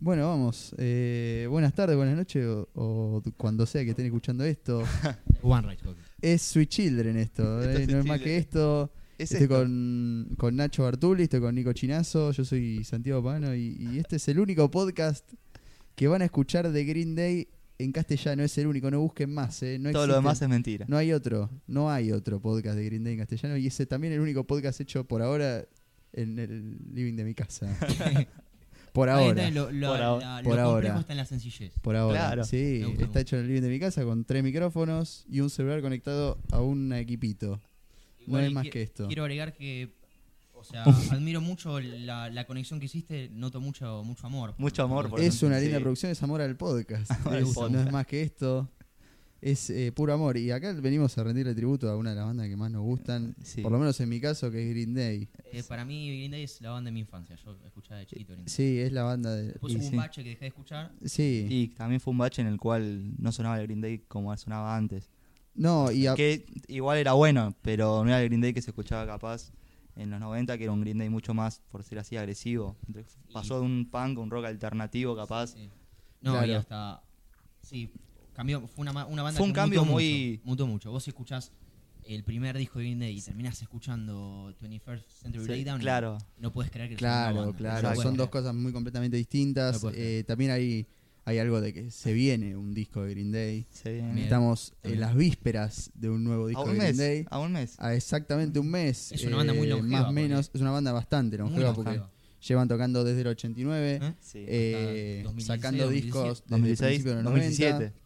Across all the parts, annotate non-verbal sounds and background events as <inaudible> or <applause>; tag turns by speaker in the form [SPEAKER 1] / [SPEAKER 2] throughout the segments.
[SPEAKER 1] Bueno, vamos. Eh, buenas tardes, buenas noches o, o cuando sea que estén escuchando
[SPEAKER 2] <laughs>
[SPEAKER 1] esto.
[SPEAKER 3] One Right <laughs> Hockey.
[SPEAKER 1] Es Sweet Children esto, eh, no es más que esto.
[SPEAKER 2] Es
[SPEAKER 1] estoy
[SPEAKER 2] esto.
[SPEAKER 1] Con, con Nacho Bartuli, estoy con Nico Chinazo, yo soy Santiago Pano y, y este es el único podcast que van a escuchar de Green Day en castellano. Es el único, no busquen más. eh, no
[SPEAKER 2] Todo lo
[SPEAKER 1] existen-
[SPEAKER 2] demás es mentira.
[SPEAKER 1] No hay otro, no hay otro podcast de Green Day en castellano y ese también el único podcast hecho por ahora en el living de mi casa.
[SPEAKER 2] <laughs>
[SPEAKER 1] por
[SPEAKER 3] Ahí
[SPEAKER 1] ahora.
[SPEAKER 3] está, Lo, lo,
[SPEAKER 2] Por ahora.
[SPEAKER 3] la- lo
[SPEAKER 1] Por ahora.
[SPEAKER 3] complejo está en la sencillez.
[SPEAKER 1] Por ahora.
[SPEAKER 2] Claro.
[SPEAKER 1] Sí,
[SPEAKER 3] Me gusta, me
[SPEAKER 1] está
[SPEAKER 3] gusta.
[SPEAKER 1] hecho en el living de mi casa con tres micrófonos y un celular conectado a un equipito.
[SPEAKER 3] Igual
[SPEAKER 1] no hay más
[SPEAKER 3] qui-
[SPEAKER 1] que esto.
[SPEAKER 3] Quiero agregar que, o
[SPEAKER 1] <laughs>
[SPEAKER 3] sea, admiro mucho la, la conexión que hiciste, noto mucho, mucho amor.
[SPEAKER 2] Mucho amor por
[SPEAKER 1] Es una linda
[SPEAKER 2] Sí.
[SPEAKER 1] producción, es amor al
[SPEAKER 3] <laughs>
[SPEAKER 1] podcast.
[SPEAKER 2] Amor al
[SPEAKER 1] Es- no
[SPEAKER 2] podcast.
[SPEAKER 1] es más que esto. Es eh, puro amor. Y acá venimos a rendirle tributo a una de las bandas que más nos gustan.
[SPEAKER 2] Sí.
[SPEAKER 1] Por lo menos en mi caso, que es Green Day.
[SPEAKER 3] Eh, para mí Green Day es la banda de mi infancia, yo escuchaba de chiquito Green Day.
[SPEAKER 1] Sí, es la banda de.
[SPEAKER 3] Después
[SPEAKER 2] y
[SPEAKER 3] hubo un
[SPEAKER 2] sí.
[SPEAKER 3] bache que dejé de escuchar.
[SPEAKER 1] Sí.
[SPEAKER 2] Y también fue un bache en el cual no sonaba el Green Day como sonaba antes.
[SPEAKER 1] no, y a-
[SPEAKER 2] Que igual era bueno, pero no era el Green Day que se escuchaba capaz en los 90, que era un Green Day mucho más, por ser así, agresivo. Entonces,
[SPEAKER 3] Y-
[SPEAKER 2] Pasó de un punk a un rock alternativo capaz.
[SPEAKER 3] Sí. No, y
[SPEAKER 1] Claro.
[SPEAKER 3] hasta... Sí, cambió, fue una, ma- una banda
[SPEAKER 2] Fue un
[SPEAKER 3] que
[SPEAKER 2] cambio
[SPEAKER 3] mutó
[SPEAKER 2] muy-
[SPEAKER 3] Mucho, mutó mucho. Vos escuchás el primer disco de Green Day y terminás escuchando 21st Century
[SPEAKER 2] Sí,
[SPEAKER 3] Breakdown y
[SPEAKER 2] claro.
[SPEAKER 3] no puedes creer que sea una
[SPEAKER 1] Claro,
[SPEAKER 3] banda.
[SPEAKER 1] claro.
[SPEAKER 3] No puedes
[SPEAKER 1] Son
[SPEAKER 3] creer.
[SPEAKER 1] dos cosas muy completamente
[SPEAKER 3] No
[SPEAKER 1] distintas.
[SPEAKER 3] puedo creer.
[SPEAKER 1] Eh, también hay, hay algo de que se viene un disco de Green Day.
[SPEAKER 2] Se viene.
[SPEAKER 3] Bien.
[SPEAKER 1] Estamos en
[SPEAKER 3] Bien.
[SPEAKER 1] eh, las vísperas de un nuevo
[SPEAKER 2] A
[SPEAKER 1] disco de
[SPEAKER 2] un
[SPEAKER 1] Green
[SPEAKER 2] mes.
[SPEAKER 1] Day.
[SPEAKER 2] A un mes.
[SPEAKER 1] A exactamente un mes. eh,
[SPEAKER 3] Es una banda muy longeva,
[SPEAKER 1] Más o menos. Es una banda bastante
[SPEAKER 3] Muy
[SPEAKER 1] longeva porque
[SPEAKER 3] longeva.
[SPEAKER 1] llevan tocando desde el 89.
[SPEAKER 3] ¿Eh?
[SPEAKER 2] Sí.
[SPEAKER 1] eh,
[SPEAKER 3] Hasta 2016,
[SPEAKER 1] sacando
[SPEAKER 3] 2017.
[SPEAKER 1] discos desde el
[SPEAKER 2] 2016,
[SPEAKER 1] principio de los
[SPEAKER 2] 2017.
[SPEAKER 1] 90.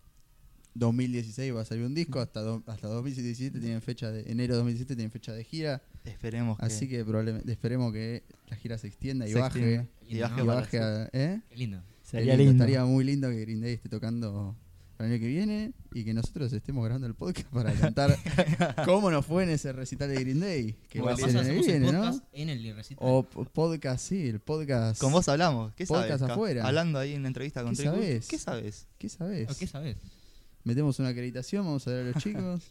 [SPEAKER 1] 2016 va a salir un disco. Hasta, do- hasta 2017 tienen fecha de. Enero de 2017 tienen fecha de gira.
[SPEAKER 2] Esperemos.
[SPEAKER 1] Así que probablemente esperemos que la gira se extienda y
[SPEAKER 2] se
[SPEAKER 1] baje.
[SPEAKER 2] extienda.
[SPEAKER 3] Y
[SPEAKER 2] Y baje,
[SPEAKER 1] Y
[SPEAKER 2] para
[SPEAKER 1] baje
[SPEAKER 2] siempre.
[SPEAKER 1] a- ¿eh?
[SPEAKER 3] Qué lindo.
[SPEAKER 1] Qué lindo, Estaría muy lindo que Green Day esté tocando el año que viene y que nosotros estemos grabando el podcast para cantar cómo nos fue en ese recital de Green Day. Que
[SPEAKER 2] Bueno,
[SPEAKER 1] va a ser
[SPEAKER 3] Nosotros
[SPEAKER 1] el año
[SPEAKER 3] hacemos
[SPEAKER 1] que
[SPEAKER 3] el
[SPEAKER 1] viene, ¿no? Oh,
[SPEAKER 3] podcast en el recital.
[SPEAKER 1] O p- podcast, sí, el podcast.
[SPEAKER 2] Con vos hablamos. ¿Qué
[SPEAKER 1] Podcast
[SPEAKER 2] sabes? Ca-
[SPEAKER 1] afuera.
[SPEAKER 2] Hablando ahí en una entrevista con
[SPEAKER 1] ¿Qué
[SPEAKER 2] Tribu.
[SPEAKER 1] sabés?
[SPEAKER 2] ¿Qué sabes?
[SPEAKER 1] ¿Qué sabes?
[SPEAKER 3] ¿Qué sabes?
[SPEAKER 1] Metemos una acreditación, vamos a ver a los chicos.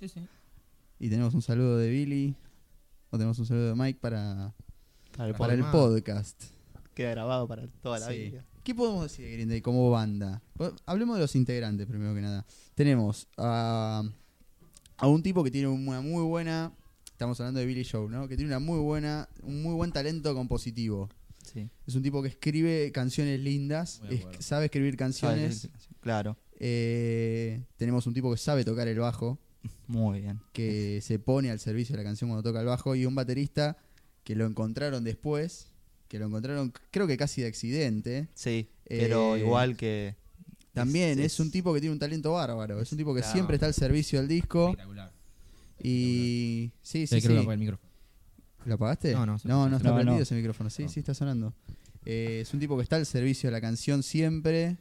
[SPEAKER 3] Sí, sí.
[SPEAKER 1] y tenemos un saludo de Billy. O tenemos un saludo de Mike para, para el
[SPEAKER 3] Palma.
[SPEAKER 1] podcast.
[SPEAKER 2] Queda grabado para toda la
[SPEAKER 1] Sí.
[SPEAKER 2] vida.
[SPEAKER 1] ¿Qué podemos decir de Green Day como banda? Po- Hablemos de los integrantes primero que nada. Tenemos a, a un tipo que tiene una muy buena. Estamos hablando de Billy Joe, ¿no? Que tiene una muy buena, un muy buen talento compositivo.
[SPEAKER 2] Sí.
[SPEAKER 1] Es un tipo que escribe canciones lindas,
[SPEAKER 3] Muy de
[SPEAKER 1] es-
[SPEAKER 3] acuerdo.
[SPEAKER 1] sabe escribir
[SPEAKER 2] Ah,
[SPEAKER 1] canciones.
[SPEAKER 2] Claro.
[SPEAKER 1] Eh, tenemos un tipo que sabe tocar el bajo,
[SPEAKER 2] Muy bien.
[SPEAKER 1] que se pone al servicio de la canción cuando toca el bajo, y un baterista que lo encontraron después, que lo encontraron creo que casi de accidente.
[SPEAKER 2] Sí, pero
[SPEAKER 1] Eh,
[SPEAKER 2] igual que.
[SPEAKER 1] También es, un tipo que tiene un talento bárbaro. Es un tipo que
[SPEAKER 2] Claro.
[SPEAKER 1] siempre está al servicio del disco.
[SPEAKER 3] Espectacular.
[SPEAKER 1] Y. Sí, sí,
[SPEAKER 3] Sí,
[SPEAKER 1] Oh. sí.
[SPEAKER 3] creo que apagué el micrófono.
[SPEAKER 1] ¿Lo apagaste?
[SPEAKER 3] No, no, se
[SPEAKER 1] No,
[SPEAKER 3] escucha.
[SPEAKER 1] está
[SPEAKER 2] No,
[SPEAKER 1] prendido
[SPEAKER 2] no.
[SPEAKER 1] ese micrófono. Sí,
[SPEAKER 2] No.
[SPEAKER 1] sí, está sonando. Eh, es un tipo que está al servicio de la canción siempre.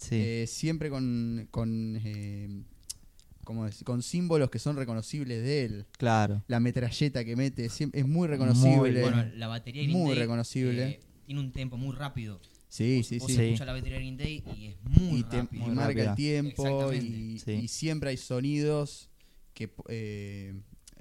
[SPEAKER 2] Sí.
[SPEAKER 1] eh, siempre con. con eh, ¿cómo es? Con símbolos que son reconocibles de él.
[SPEAKER 2] Claro.
[SPEAKER 1] La metralleta que mete siem- es muy reconocible.
[SPEAKER 2] Bien.
[SPEAKER 3] Bueno, la batería de Green
[SPEAKER 1] Muy
[SPEAKER 3] Day,
[SPEAKER 1] reconocible.
[SPEAKER 3] eh, tiene un tempo muy rápido.
[SPEAKER 1] sí, sí,
[SPEAKER 3] Vos
[SPEAKER 1] sí.
[SPEAKER 3] escuchás la batería de Green Day y es muy
[SPEAKER 1] y, te-
[SPEAKER 3] rápido.
[SPEAKER 1] y
[SPEAKER 2] Muy
[SPEAKER 1] marca el
[SPEAKER 2] rápida.
[SPEAKER 1] tiempo y,
[SPEAKER 2] Exactamente.
[SPEAKER 1] y siempre hay sonidos que, eh,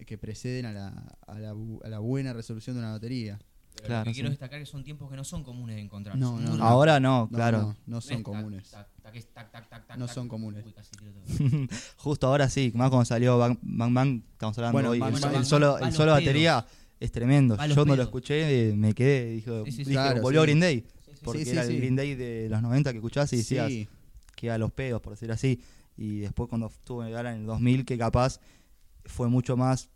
[SPEAKER 1] que preceden a la, a, la, bu- a la buena resolución de una batería.
[SPEAKER 3] Pero
[SPEAKER 2] Claro,
[SPEAKER 3] lo que
[SPEAKER 2] sí.
[SPEAKER 3] quiero destacar es que son tiempos que no son comunes de encontrar.
[SPEAKER 1] No,
[SPEAKER 3] Son
[SPEAKER 1] no,
[SPEAKER 3] muy
[SPEAKER 1] no.
[SPEAKER 2] Ahora
[SPEAKER 1] No,
[SPEAKER 2] no, claro.
[SPEAKER 1] No, no
[SPEAKER 3] Ves,
[SPEAKER 1] son
[SPEAKER 3] tac,
[SPEAKER 1] comunes.
[SPEAKER 3] tac, tac, es tac, tac, tac, tac,
[SPEAKER 1] No
[SPEAKER 3] tac.
[SPEAKER 1] son comunes.
[SPEAKER 3] Uy, casi
[SPEAKER 1] <laughs>
[SPEAKER 3] tiro todo.
[SPEAKER 2] Justo ahora sí, más cuando salió Bang Bang, Bang, estamos hablando
[SPEAKER 1] Bueno,
[SPEAKER 2] hoy,
[SPEAKER 1] Bang
[SPEAKER 2] el,
[SPEAKER 1] Bang
[SPEAKER 2] el
[SPEAKER 1] Bang
[SPEAKER 2] solo,
[SPEAKER 3] va a
[SPEAKER 2] el
[SPEAKER 3] los
[SPEAKER 2] solo
[SPEAKER 3] pedos.
[SPEAKER 2] batería es tremendo.
[SPEAKER 3] Va a
[SPEAKER 2] Yo
[SPEAKER 3] los
[SPEAKER 2] cuando lo
[SPEAKER 3] pedos.
[SPEAKER 2] escuché eh, me quedé, dijo,
[SPEAKER 3] Sí, sí,
[SPEAKER 2] dije,
[SPEAKER 1] claro,
[SPEAKER 2] volvió
[SPEAKER 1] sí.
[SPEAKER 2] Green Day,
[SPEAKER 3] Sí, sí,
[SPEAKER 2] porque
[SPEAKER 1] sí,
[SPEAKER 2] era
[SPEAKER 1] sí,
[SPEAKER 2] el
[SPEAKER 1] sí.
[SPEAKER 2] Green Day de los 90 que escuchás y decías
[SPEAKER 1] sí,
[SPEAKER 2] que a los pedos, por decir así. Y después cuando estuvo en el gala en el 2000, que capaz fue mucho más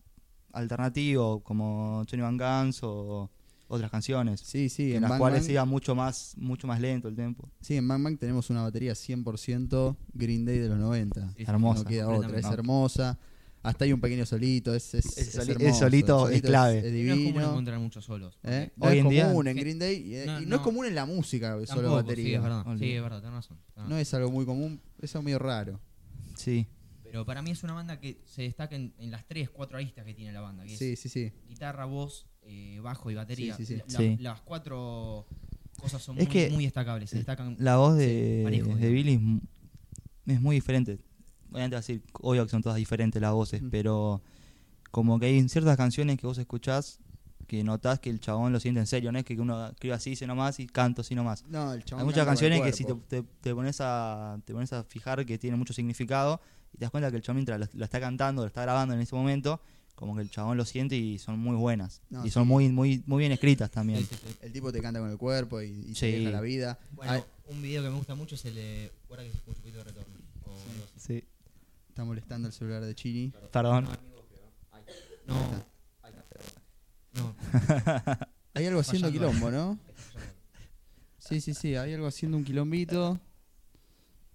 [SPEAKER 2] alternativo, como Johnny Van Guns o otras canciones,
[SPEAKER 1] sí, sí,
[SPEAKER 2] en las
[SPEAKER 1] Bang
[SPEAKER 2] cuales
[SPEAKER 1] Bang-
[SPEAKER 2] iba mucho más, mucho más lento el tiempo.
[SPEAKER 1] Sí, en Bang Bang tenemos una batería 100% Green Day de los 90.
[SPEAKER 3] Sí, sí,
[SPEAKER 2] Hermosa.
[SPEAKER 1] No queda otra, es
[SPEAKER 2] No.
[SPEAKER 1] hermosa. Hasta hay un pequeño solito, es, es,
[SPEAKER 2] El
[SPEAKER 1] es
[SPEAKER 2] soli- el
[SPEAKER 1] hermoso,
[SPEAKER 2] solito es clave.
[SPEAKER 1] Es,
[SPEAKER 2] No
[SPEAKER 1] es
[SPEAKER 3] No es común
[SPEAKER 1] divino.
[SPEAKER 3] encontrar muchos solos.
[SPEAKER 1] ¿eh?
[SPEAKER 3] porque
[SPEAKER 1] No
[SPEAKER 2] Hoy
[SPEAKER 1] es
[SPEAKER 2] en día-
[SPEAKER 1] común en Green Day y eh, y no,
[SPEAKER 3] No,
[SPEAKER 1] es
[SPEAKER 3] no.
[SPEAKER 1] común en la música solo
[SPEAKER 3] tampoco,
[SPEAKER 1] batería.
[SPEAKER 3] Sí, es verdad.
[SPEAKER 2] Olvidé.
[SPEAKER 3] Sí, es verdad, tenés razón. tenés
[SPEAKER 1] No es algo muy común, es algo medio raro.
[SPEAKER 2] Sí,
[SPEAKER 3] Pero para mí es una banda que se destaca en, en las tres, cuatro aristas que tiene la banda, que
[SPEAKER 1] Sí, sí, sí.
[SPEAKER 3] es guitarra, voz, eh, bajo y batería.
[SPEAKER 1] Sí, sí, sí.
[SPEAKER 3] La-
[SPEAKER 2] Sí.
[SPEAKER 3] Las cuatro cosas son
[SPEAKER 2] Es
[SPEAKER 3] muy,
[SPEAKER 2] que
[SPEAKER 3] muy destacables, se destacan
[SPEAKER 2] la voz
[SPEAKER 3] Sí,
[SPEAKER 2] de,
[SPEAKER 3] parejo,
[SPEAKER 2] de
[SPEAKER 3] digamos.
[SPEAKER 2] Billy es mu- es muy diferente. Obviamente, así, obvio que son todas diferentes las voces,
[SPEAKER 1] Mm.
[SPEAKER 2] pero como que hay ciertas canciones que vos escuchás que notás que el chabón lo siente en serio, no es que uno escriba así, así nomás y canto así nomás.
[SPEAKER 1] No, el chabón
[SPEAKER 2] Hay muchas
[SPEAKER 1] canta con el
[SPEAKER 2] canciones que si te,
[SPEAKER 1] cuerpo.
[SPEAKER 2] te- te pones a, te pones a fijar que tienen mucho significado y te das cuenta que el chabón mientras lo, lo está cantando, lo está grabando en ese momento, como que el chabón lo siente y son muy buenas.
[SPEAKER 1] No,
[SPEAKER 2] y son muy, muy, muy bien escritas también.
[SPEAKER 1] El tipo te canta con el cuerpo y, y
[SPEAKER 2] Sí.
[SPEAKER 1] te deja la vida.
[SPEAKER 3] Bueno,
[SPEAKER 1] Ay,
[SPEAKER 3] un video que me gusta mucho es el de. Ahora que escucho un poquito de retorno. o algo así.
[SPEAKER 2] Sí.
[SPEAKER 1] está molestando el celular de Chini.
[SPEAKER 2] Perdón.
[SPEAKER 3] No. No.
[SPEAKER 1] Hay algo haciendo
[SPEAKER 3] Fallando.
[SPEAKER 1] quilombo, ¿no? Sí, sí, sí, hay algo haciendo un quilombito.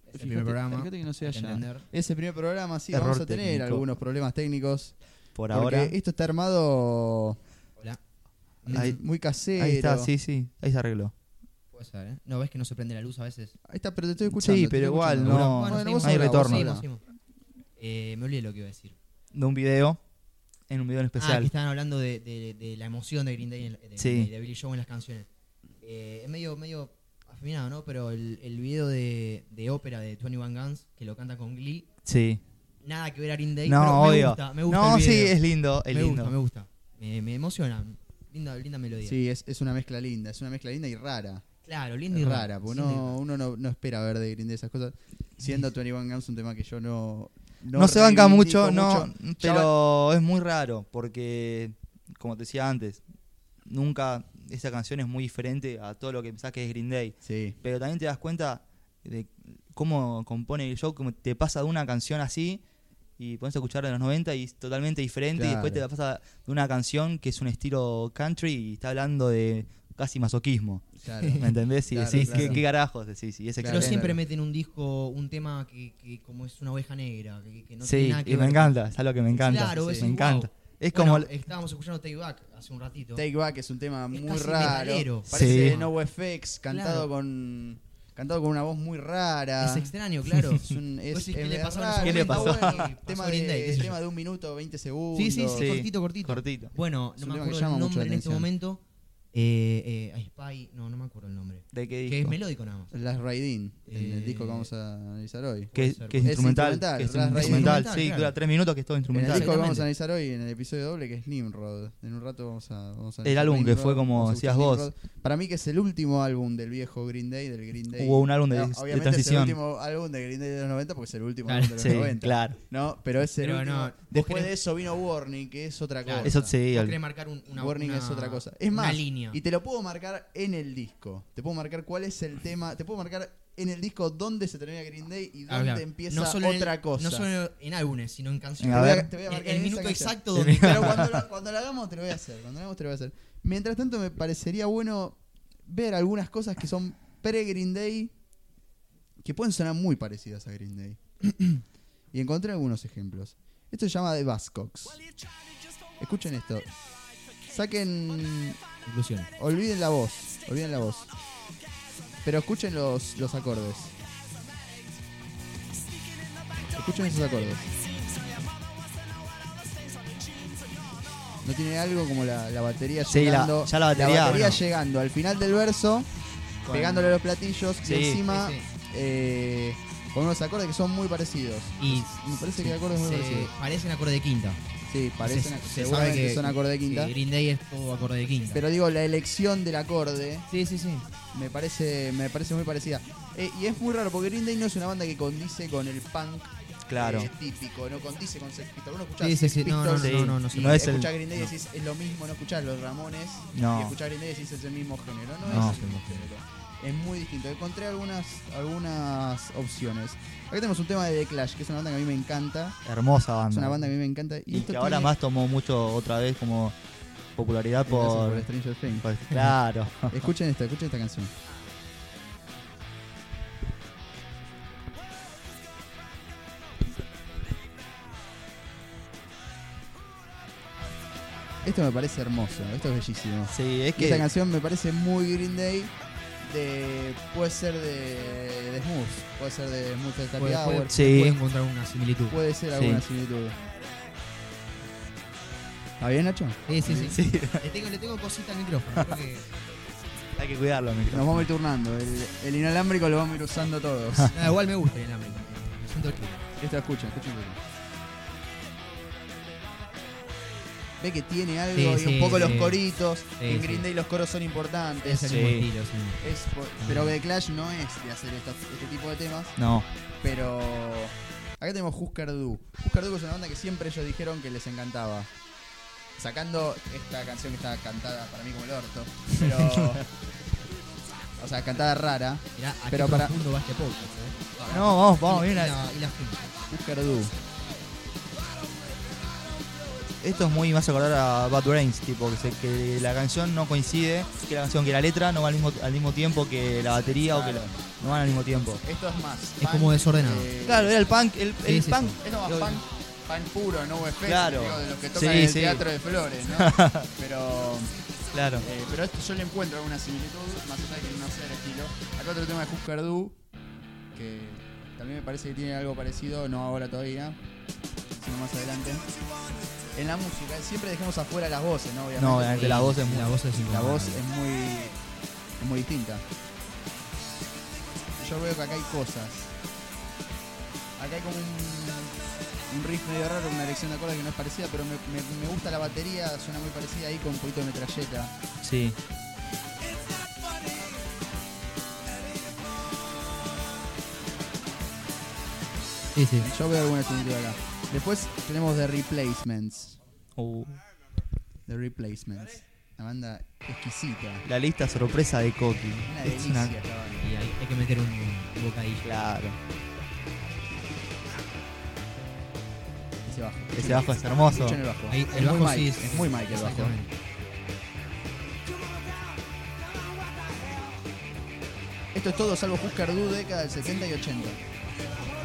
[SPEAKER 3] Es el
[SPEAKER 1] Fíjate-
[SPEAKER 3] primer programa.
[SPEAKER 1] fíjate que no sea
[SPEAKER 3] hay que
[SPEAKER 1] ya.
[SPEAKER 3] entender.
[SPEAKER 1] Es el primer programa, sí,
[SPEAKER 2] Error
[SPEAKER 1] vamos a tener
[SPEAKER 2] técnico.
[SPEAKER 1] algunos problemas técnicos.
[SPEAKER 2] Por
[SPEAKER 1] porque este
[SPEAKER 2] ahora.
[SPEAKER 1] esto está armado
[SPEAKER 3] Hola.
[SPEAKER 2] Ahí-
[SPEAKER 1] muy casero.
[SPEAKER 2] Ahí está, sí, sí. Ahí se arregló.
[SPEAKER 3] Puede ser, ¿eh? No ves que no se prende la luz a veces.
[SPEAKER 1] Ahí está, pero te estoy escuchando.
[SPEAKER 2] Sí,
[SPEAKER 1] te
[SPEAKER 2] pero
[SPEAKER 1] estoy
[SPEAKER 2] igual,
[SPEAKER 1] escuchando.
[SPEAKER 2] no.
[SPEAKER 1] Bueno,
[SPEAKER 2] Bueno,
[SPEAKER 1] vos
[SPEAKER 2] hay
[SPEAKER 1] habla, vos
[SPEAKER 2] retorno.
[SPEAKER 1] habla.
[SPEAKER 3] seguimos, seguimos. Eh, me olvidé lo que iba a decir.
[SPEAKER 2] De un video. En un video
[SPEAKER 3] Ah,
[SPEAKER 2] en especial.
[SPEAKER 3] que estaban hablando de, de- de la emoción de Green Day, en- de,
[SPEAKER 2] Sí.
[SPEAKER 3] de Billy Joe en las canciones. Eh, es medio, medio afinado, ¿no? Pero el, el video de, de ópera de 21 Guns, que lo canta con Glee,
[SPEAKER 2] sí.
[SPEAKER 3] nada que ver a Green Day,
[SPEAKER 2] no,
[SPEAKER 3] pero me
[SPEAKER 2] obvio.
[SPEAKER 3] gusta, me gusta
[SPEAKER 2] no,
[SPEAKER 3] el
[SPEAKER 2] sí,
[SPEAKER 3] video.
[SPEAKER 2] es lindo. Es
[SPEAKER 3] me
[SPEAKER 2] lindo.
[SPEAKER 3] gusta, me gusta. Me, me emociona. Linda, linda melodía.
[SPEAKER 1] Sí, es, es una mezcla linda, es una mezcla linda y rara.
[SPEAKER 3] Claro, linda
[SPEAKER 1] Y
[SPEAKER 3] y
[SPEAKER 1] rara, porque
[SPEAKER 3] porque
[SPEAKER 1] uno, uno no, no espera ver de Green Day esas cosas. Siendo 21 Guns un tema que yo no.
[SPEAKER 2] No, se banca
[SPEAKER 1] reivindico
[SPEAKER 2] mucho, no.
[SPEAKER 1] Ya
[SPEAKER 2] Pero es muy raro. Porque, como te decía antes, nunca. Esa canción es muy diferente a todo lo que pensás que es Green Day.
[SPEAKER 1] Sí,
[SPEAKER 2] Pero también te das cuenta de cómo compone el show. Como te pasa de una canción así. Y pones a escuchar de los 90 y es totalmente diferente. Y después te
[SPEAKER 1] Claro.
[SPEAKER 2] la pasa de una canción que es un estilo country y está hablando de casi masoquismo.
[SPEAKER 1] <laughs>
[SPEAKER 3] <laughs>
[SPEAKER 1] claro.
[SPEAKER 2] ¿Me entendés? Y
[SPEAKER 1] Claro,
[SPEAKER 2] decís,
[SPEAKER 1] claro.
[SPEAKER 2] ¿qué, qué carajos? Decís, y
[SPEAKER 1] Claro,
[SPEAKER 2] es
[SPEAKER 3] Pero
[SPEAKER 2] excelente.
[SPEAKER 3] siempre meten un disco, un tema que, que como es una oveja negra, que, que no tiene
[SPEAKER 2] sí,
[SPEAKER 3] nada que
[SPEAKER 2] y me
[SPEAKER 3] ver.
[SPEAKER 2] encanta, es algo que me encanta.
[SPEAKER 3] Claro, vos
[SPEAKER 2] me
[SPEAKER 3] decís,
[SPEAKER 2] encanta.
[SPEAKER 3] wow.
[SPEAKER 2] Es
[SPEAKER 3] Bueno,
[SPEAKER 2] como.
[SPEAKER 3] estábamos escuchando Take Back hace un ratito.
[SPEAKER 1] Take Back es un tema
[SPEAKER 3] Es
[SPEAKER 1] muy
[SPEAKER 3] casi
[SPEAKER 1] raro.
[SPEAKER 3] metalero.
[SPEAKER 1] Parece
[SPEAKER 2] Sí.
[SPEAKER 1] No FX, cantado
[SPEAKER 3] Claro.
[SPEAKER 1] con. Cantado con una voz muy rara.
[SPEAKER 3] Es extraño,
[SPEAKER 1] <laughs>
[SPEAKER 3] claro.
[SPEAKER 1] Es
[SPEAKER 3] <laughs>
[SPEAKER 1] un- es- em,
[SPEAKER 3] Vos decís, ¿qué
[SPEAKER 1] es
[SPEAKER 3] le pasó en ese
[SPEAKER 1] raro,
[SPEAKER 2] ¿Qué le
[SPEAKER 1] está
[SPEAKER 2] pasó?
[SPEAKER 1] bueno,
[SPEAKER 3] ¿Qué
[SPEAKER 1] <laughs> tema,
[SPEAKER 3] pasó Green Day?
[SPEAKER 1] de,
[SPEAKER 3] Qué sé yo.
[SPEAKER 1] tema de un minuto, 20 segundos.
[SPEAKER 3] Sí, sí, sí,
[SPEAKER 2] Sí.
[SPEAKER 3] cortito, cortito.
[SPEAKER 2] Cortito.
[SPEAKER 3] Bueno,
[SPEAKER 1] Es
[SPEAKER 3] no
[SPEAKER 1] un tema
[SPEAKER 3] me
[SPEAKER 1] que
[SPEAKER 3] acuerdo
[SPEAKER 1] llama mucho la
[SPEAKER 3] el nombre en este
[SPEAKER 1] atención.
[SPEAKER 3] momento. Eh, eh, a Spy, no, no me acuerdo el nombre.
[SPEAKER 2] ¿De qué
[SPEAKER 3] Que es
[SPEAKER 2] disco?
[SPEAKER 3] melódico nada más.
[SPEAKER 1] Las Raidin, el, el
[SPEAKER 3] Eh,
[SPEAKER 1] disco que vamos a analizar hoy.
[SPEAKER 2] Que,
[SPEAKER 3] puede ser,
[SPEAKER 2] que es
[SPEAKER 1] puede ser.
[SPEAKER 2] instrumental.
[SPEAKER 1] Es
[SPEAKER 2] que
[SPEAKER 1] instrumental,
[SPEAKER 2] es instrumental,
[SPEAKER 3] es instrumental,
[SPEAKER 2] sí,
[SPEAKER 3] claro.
[SPEAKER 2] dura tres minutos que es todo
[SPEAKER 1] En el
[SPEAKER 2] instrumental.
[SPEAKER 1] disco que
[SPEAKER 3] Exactamente.
[SPEAKER 1] vamos a analizar hoy, en el episodio doble, que es Nimrod. En un rato vamos a. Vamos a
[SPEAKER 2] El
[SPEAKER 1] analizar
[SPEAKER 2] álbum que
[SPEAKER 1] Nimrod,
[SPEAKER 2] fue como
[SPEAKER 1] vamos a
[SPEAKER 2] decías
[SPEAKER 1] escuchar
[SPEAKER 2] vos.
[SPEAKER 1] Nimrod. Para mí, que es el último álbum del viejo Green Day, del Green Day.
[SPEAKER 2] Hubo un álbum de,
[SPEAKER 1] No,
[SPEAKER 2] de
[SPEAKER 1] obviamente
[SPEAKER 2] transición.
[SPEAKER 1] es el último álbum de Green Day de los 90 porque es el último
[SPEAKER 3] Claro.
[SPEAKER 1] álbum de los
[SPEAKER 2] sí,
[SPEAKER 1] 90.
[SPEAKER 2] claro.
[SPEAKER 1] No, pero es el
[SPEAKER 3] Pero
[SPEAKER 1] último.
[SPEAKER 3] no, vos
[SPEAKER 1] Después
[SPEAKER 3] querés-
[SPEAKER 1] de eso vino Warning, que es otra cosa.
[SPEAKER 3] Claro,
[SPEAKER 2] Eso sí,
[SPEAKER 3] Vos
[SPEAKER 2] al-
[SPEAKER 3] querés marcar un- una,
[SPEAKER 1] Warning
[SPEAKER 3] una-
[SPEAKER 1] es otra cosa. Es
[SPEAKER 3] una
[SPEAKER 1] más,
[SPEAKER 3] línea.
[SPEAKER 1] y te lo puedo marcar en el disco. Te puedo marcar cuál es el tema. Te puedo marcar en el disco dónde se termina Green Day y
[SPEAKER 3] Ah,
[SPEAKER 1] dónde
[SPEAKER 3] claro.
[SPEAKER 1] empieza
[SPEAKER 3] No solo en el-
[SPEAKER 1] otra cosa.
[SPEAKER 3] No solo en álbumes, sino en
[SPEAKER 1] te,
[SPEAKER 2] A
[SPEAKER 1] voy
[SPEAKER 3] canciones.
[SPEAKER 1] a,
[SPEAKER 2] ver.
[SPEAKER 1] te voy a
[SPEAKER 3] El-
[SPEAKER 1] marcar
[SPEAKER 3] el
[SPEAKER 1] en esa
[SPEAKER 3] minuto
[SPEAKER 1] canción.
[SPEAKER 3] exacto donde-
[SPEAKER 1] Pero cuando lo, cuando lo hagamos te lo voy a hacer. Cuando lo hagamos te lo voy a hacer. Mientras tanto, me parecería bueno ver algunas cosas que son pre-Green Day que pueden sonar muy parecidas a Green Day. <clears throat> y encontré algunos ejemplos. Esto se llama The Bascocks. Escuchen esto. Saquen
[SPEAKER 3] Inclusión.
[SPEAKER 1] Olviden la voz, olviden la voz. Pero escuchen los, los acordes. Escuchen esos acordes. No tiene algo como la, la batería
[SPEAKER 2] Sí, la-
[SPEAKER 1] llegando.
[SPEAKER 2] ya la batería, bueno.
[SPEAKER 1] llegando al final del verso,
[SPEAKER 3] Con-
[SPEAKER 1] pegándole a los platillos
[SPEAKER 2] Sí,
[SPEAKER 1] y encima
[SPEAKER 3] sí, sí.
[SPEAKER 1] eh, con unos acordes que son muy parecidos.
[SPEAKER 3] Y
[SPEAKER 1] Me parece que hay acordes muy
[SPEAKER 3] se-
[SPEAKER 1] parecidos.
[SPEAKER 3] parecen acordes de quinta.
[SPEAKER 1] Sí, parecen,
[SPEAKER 3] se, se sabe
[SPEAKER 1] seguramente
[SPEAKER 3] que
[SPEAKER 1] son acorde de quinta.
[SPEAKER 3] sí, Green Day es todo acorde de quinta.
[SPEAKER 1] Pero digo, la elección del acorde
[SPEAKER 3] sí, sí, sí.
[SPEAKER 1] me parece, me parece muy parecida. Eh, y es muy raro, porque Green Day no es una banda que condice con el punk
[SPEAKER 2] Claro.
[SPEAKER 1] eh, típico, no condice con Sex Pistols. Uno escucha
[SPEAKER 3] Sí, sí, sí.
[SPEAKER 1] Sex
[SPEAKER 3] No, no,
[SPEAKER 1] Pistols
[SPEAKER 2] Sí.
[SPEAKER 3] no, no, no,
[SPEAKER 1] y
[SPEAKER 3] sí.
[SPEAKER 2] No es el-
[SPEAKER 1] escuchás Green Day y
[SPEAKER 2] no.
[SPEAKER 1] decís es lo mismo, no escuchás los Ramones
[SPEAKER 2] No.
[SPEAKER 1] y escuchás Green Day y decís es el mismo género. No,
[SPEAKER 3] No,
[SPEAKER 1] es
[SPEAKER 3] es
[SPEAKER 1] el mismo género. Es muy distinto. Encontré algunas, algunas opciones. Acá tenemos un tema de The Clash, que es una banda que a mí me encanta.
[SPEAKER 2] Hermosa banda.
[SPEAKER 1] Es una banda que a mí me encanta. Y,
[SPEAKER 2] Y
[SPEAKER 1] esto
[SPEAKER 2] que ahora
[SPEAKER 1] tiene-
[SPEAKER 2] más tomó mucho otra vez como popularidad
[SPEAKER 1] Gracias
[SPEAKER 2] por.
[SPEAKER 1] por Stranger Things.
[SPEAKER 2] por- este- claro.
[SPEAKER 1] Escuchen esta, escuchen esta canción. Esto me parece hermoso, esto es bellísimo.
[SPEAKER 2] sí, es
[SPEAKER 1] Esta
[SPEAKER 2] que.
[SPEAKER 1] canción me parece muy Green Day. De, puede ser de, de Smooth, puede ser de Smooth de
[SPEAKER 3] Puede,
[SPEAKER 1] Hour,
[SPEAKER 3] puede-
[SPEAKER 1] puede,
[SPEAKER 2] Sí.
[SPEAKER 3] puede encontrar una similitud.
[SPEAKER 1] ser alguna
[SPEAKER 2] Sí.
[SPEAKER 1] similitud. ¿Está bien, Nacho?
[SPEAKER 3] Sí, sí, sí.
[SPEAKER 2] Sí,
[SPEAKER 3] Le, tengo, le tengo cosita al micrófono. creo que-
[SPEAKER 2] hay que cuidarlo, mi
[SPEAKER 1] Nos vamos a ir turnando. El, el inalámbrico lo vamos a ir usando todos.
[SPEAKER 3] Nada, igual me gusta el América. Me siento chido.
[SPEAKER 1] Esto escucha, escucha un poco. Ve que tiene algo
[SPEAKER 3] Sí,
[SPEAKER 1] y un
[SPEAKER 3] sí,
[SPEAKER 1] poco
[SPEAKER 3] sí.
[SPEAKER 1] los coritos.
[SPEAKER 3] Sí,
[SPEAKER 1] en
[SPEAKER 3] sí.
[SPEAKER 1] Green Day los coros son importantes.
[SPEAKER 3] Es Ah. el
[SPEAKER 2] Sí.
[SPEAKER 3] mismo estilo, sí.
[SPEAKER 1] Es por- pero The Clash no es de hacer estas- este tipo de temas.
[SPEAKER 2] No,
[SPEAKER 1] Pero acá tenemos Husker Du. Husker Du es una banda que siempre ellos dijeron que les encantaba. Sacando esta canción que está cantada para mí como el orto.
[SPEAKER 3] <laughs>
[SPEAKER 1] Pero... o sea, cantada rara.
[SPEAKER 3] Mirá, a
[SPEAKER 1] Pero
[SPEAKER 3] qué
[SPEAKER 1] para-
[SPEAKER 3] profundo va este podcast, ¿eh?
[SPEAKER 2] no, vamos,
[SPEAKER 3] Y-
[SPEAKER 2] vamos,
[SPEAKER 3] y
[SPEAKER 2] bien.
[SPEAKER 3] la- y la gente.
[SPEAKER 1] Husker Du.
[SPEAKER 2] Esto es muy, me hace acordar a Bad Brains, tipo, que, se- que la canción no coincide, que la canción, que la letra no va al mismo, al mismo tiempo que la batería o que la, no van al mismo tiempo.
[SPEAKER 1] Esto es más.
[SPEAKER 3] Es como desordenado.
[SPEAKER 2] Claro, era el punk, el,
[SPEAKER 3] Sí,
[SPEAKER 2] el
[SPEAKER 3] sí,
[SPEAKER 2] punk.
[SPEAKER 1] Es más
[SPEAKER 2] Yo-
[SPEAKER 1] pan, pan puro, no UFP,
[SPEAKER 2] Claro.
[SPEAKER 1] digo, de los que tocan
[SPEAKER 2] Sí,
[SPEAKER 1] en el
[SPEAKER 2] sí.
[SPEAKER 1] Teatro de Flores,
[SPEAKER 2] <laughs>
[SPEAKER 1] ¿no? pero
[SPEAKER 2] Claro.
[SPEAKER 1] eh, pero esto yo le encuentro alguna similitud, más allá de que no sea el estilo. Acá otro tema de Husker Du, que también me parece que tiene algo parecido, no ahora todavía, sino más adelante. En la música, siempre dejemos afuera las voces, ¿no? Obviamente,
[SPEAKER 2] No, obviamente la voz es
[SPEAKER 3] La
[SPEAKER 2] muy.
[SPEAKER 3] voz es
[SPEAKER 1] la voz
[SPEAKER 3] incomparable.
[SPEAKER 1] es muy, es muy distinta. Yo veo que acá hay cosas. Acá hay como un, un riff medio raro, una elección de acordes que no es parecida, pero me, me- me gusta la batería, suena muy parecida ahí con un poquito de metralleta.
[SPEAKER 2] Sí.
[SPEAKER 3] Sí, sí.
[SPEAKER 1] Yo veo alguna similitud acá. Después tenemos The Replacements.
[SPEAKER 2] Uh,
[SPEAKER 1] The Replacements. Una banda exquisita.
[SPEAKER 2] la lista sorpresa de Coqui.
[SPEAKER 1] Una
[SPEAKER 2] Es
[SPEAKER 1] delicia
[SPEAKER 2] una-
[SPEAKER 1] esta banda.
[SPEAKER 3] Y hay, hay que meter un, un bocadillo.
[SPEAKER 2] Claro.
[SPEAKER 1] Ese bajo.
[SPEAKER 2] Ese bajo es hermoso.
[SPEAKER 1] Escuchen el bajo.
[SPEAKER 3] Ahí,
[SPEAKER 1] es
[SPEAKER 3] el bajo
[SPEAKER 1] muy Mike,
[SPEAKER 3] sí
[SPEAKER 1] es, muy Mike el bajo.
[SPEAKER 3] exactamente.
[SPEAKER 1] Esto es todo salvo Husker Du, década del 70 y 80.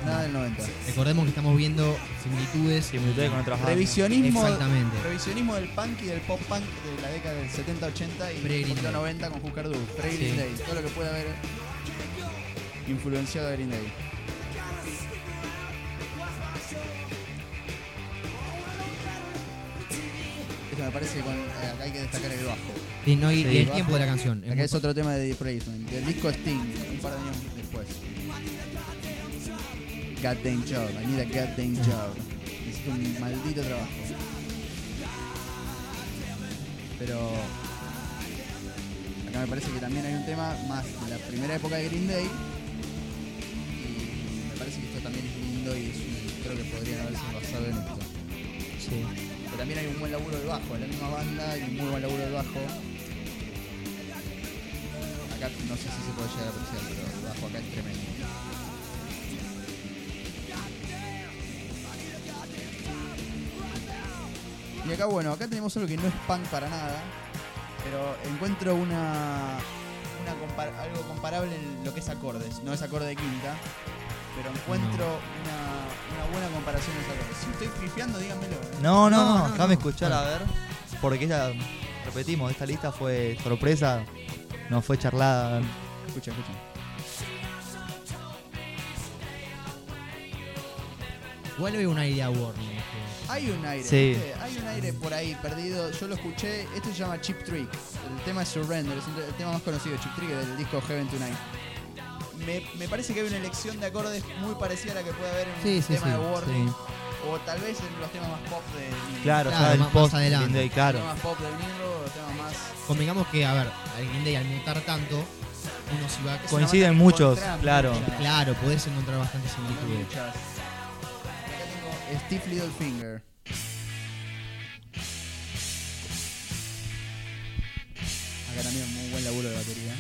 [SPEAKER 1] Nada del 90.
[SPEAKER 3] Recordemos que estamos viendo similitudes.
[SPEAKER 2] Similitudes con otras bandas.
[SPEAKER 1] Revisionismo,
[SPEAKER 3] Exactamente.
[SPEAKER 1] revisionismo del punk y del pop punk de la década del 70, 80 y
[SPEAKER 3] Pre-Green
[SPEAKER 1] un poquito
[SPEAKER 3] Day.
[SPEAKER 1] 90 con Husker Du, pre
[SPEAKER 3] Sí.
[SPEAKER 1] Green Day, todo lo que puede haber influenciado a Green Day. Esto me parece que con, eh, acá hay que destacar el bajo.
[SPEAKER 3] Sí, no, y,
[SPEAKER 2] Sí.
[SPEAKER 3] y el tiempo de la canción. Es
[SPEAKER 1] Acá
[SPEAKER 3] muy-
[SPEAKER 1] es otro tema de Depression, del disco Sting, un par de años después. Goddamn job, I need a goddamn job. Necesito un maldito trabajo. Pero acá me parece que también hay un tema más de la primera época de Green Day. Y me parece que esto también es lindo y es un- creo que podrían haberse basado en esto.
[SPEAKER 2] Sí.
[SPEAKER 1] Pero también hay un buen laburo del bajo, en la misma banda hay un muy buen laburo del bajo. Acá no sé si se puede llegar a apreciar, pero el bajo acá es tremendo. Y acá bueno, acá tenemos algo que no es punk para nada, pero encuentro una, una compar- algo comparable en lo que es acordes, no es acorde de quinta, pero encuentro una, una buena comparación en los acordes. Si estoy pifiando, díganmelo. ¿eh?
[SPEAKER 2] No, no,
[SPEAKER 3] No, no,
[SPEAKER 2] déjame
[SPEAKER 3] no.
[SPEAKER 2] escuchar a ver. Porque ella, repetimos, esta lista fue sorpresa, no fue charlada.
[SPEAKER 1] Escucha, escucha.
[SPEAKER 3] Igual veo un aire a Warning. este.
[SPEAKER 1] Hay un aire,
[SPEAKER 2] Sí.
[SPEAKER 1] ¿viste? hay un aire por ahí perdido. Yo lo escuché. Este se llama Chip Trick. El tema es Surrender, es el tema más conocido, Chip Trick, del disco Heaven Tonight. Me, me parece que hay una elección de acordes muy parecida a la que puede haber en un
[SPEAKER 3] Sí, sí,
[SPEAKER 1] tema
[SPEAKER 3] sí,
[SPEAKER 1] de Warning.
[SPEAKER 3] sí.
[SPEAKER 1] O tal vez en los temas más pop de Nilo.
[SPEAKER 2] Claro,
[SPEAKER 3] Claro,
[SPEAKER 2] ya el
[SPEAKER 3] más-
[SPEAKER 2] post
[SPEAKER 3] más adelante.
[SPEAKER 2] Green Day,
[SPEAKER 1] Los
[SPEAKER 2] claro.
[SPEAKER 1] temas más pop de Nilo, los temas más.
[SPEAKER 3] Convengamos que, a ver, al Green Day al mutar tanto, uno se va...
[SPEAKER 1] es una
[SPEAKER 2] Coinciden
[SPEAKER 1] banda que
[SPEAKER 2] muchos,
[SPEAKER 1] encontrás
[SPEAKER 2] claro.
[SPEAKER 1] muchas.
[SPEAKER 3] Claro, podés encontrar bastantes similitudes.
[SPEAKER 1] Muchas. Acá tengo Steve Littlefinger. Acá también un buen laburo de batería.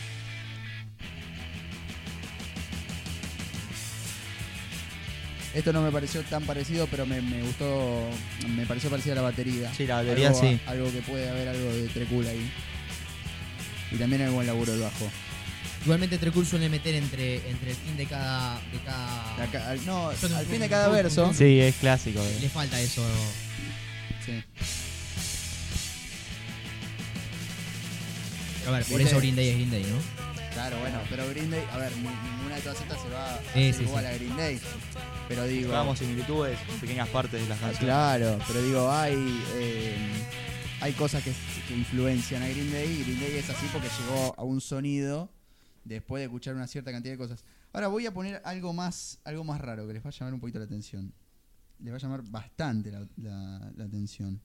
[SPEAKER 1] Esto no me pareció tan parecido, pero me, me gustó. Me pareció parecida a la batería.
[SPEAKER 2] Sí, la batería
[SPEAKER 1] algo,
[SPEAKER 2] sí.
[SPEAKER 1] Algo que puede haber algo de trecula ahí. Y también hay buen laburo del bajo.
[SPEAKER 3] Igualmente Trecul suele meter entre, entre el fin de cada... De cada...
[SPEAKER 1] Acá- al- no,
[SPEAKER 3] Yo no-
[SPEAKER 1] al fin de cada verso.
[SPEAKER 2] Sí, es clásico. eh.
[SPEAKER 3] Le falta eso.
[SPEAKER 1] Sí.
[SPEAKER 3] A ver, por
[SPEAKER 1] ¿Viste?
[SPEAKER 3] eso Green Day es Green Day, ¿no?
[SPEAKER 1] Claro, bueno, pero Green Day, a ver, ni- ninguna de todas estas se va a
[SPEAKER 3] Sí,
[SPEAKER 1] hacer
[SPEAKER 3] sí,
[SPEAKER 1] igual
[SPEAKER 3] sí.
[SPEAKER 1] a Green Day. Pero digo,
[SPEAKER 2] Vamos similitudes, pequeñas partes de las
[SPEAKER 1] ah,
[SPEAKER 2] canciones.
[SPEAKER 1] claro, pero digo, hay eh, hay cosas que, que influencian a Green Day y Green Day es así porque llegó a un sonido después de escuchar una cierta cantidad de cosas. Ahora voy a poner algo más algo más raro que les va a llamar un poquito la atención. Les va a llamar bastante la, la- la atención.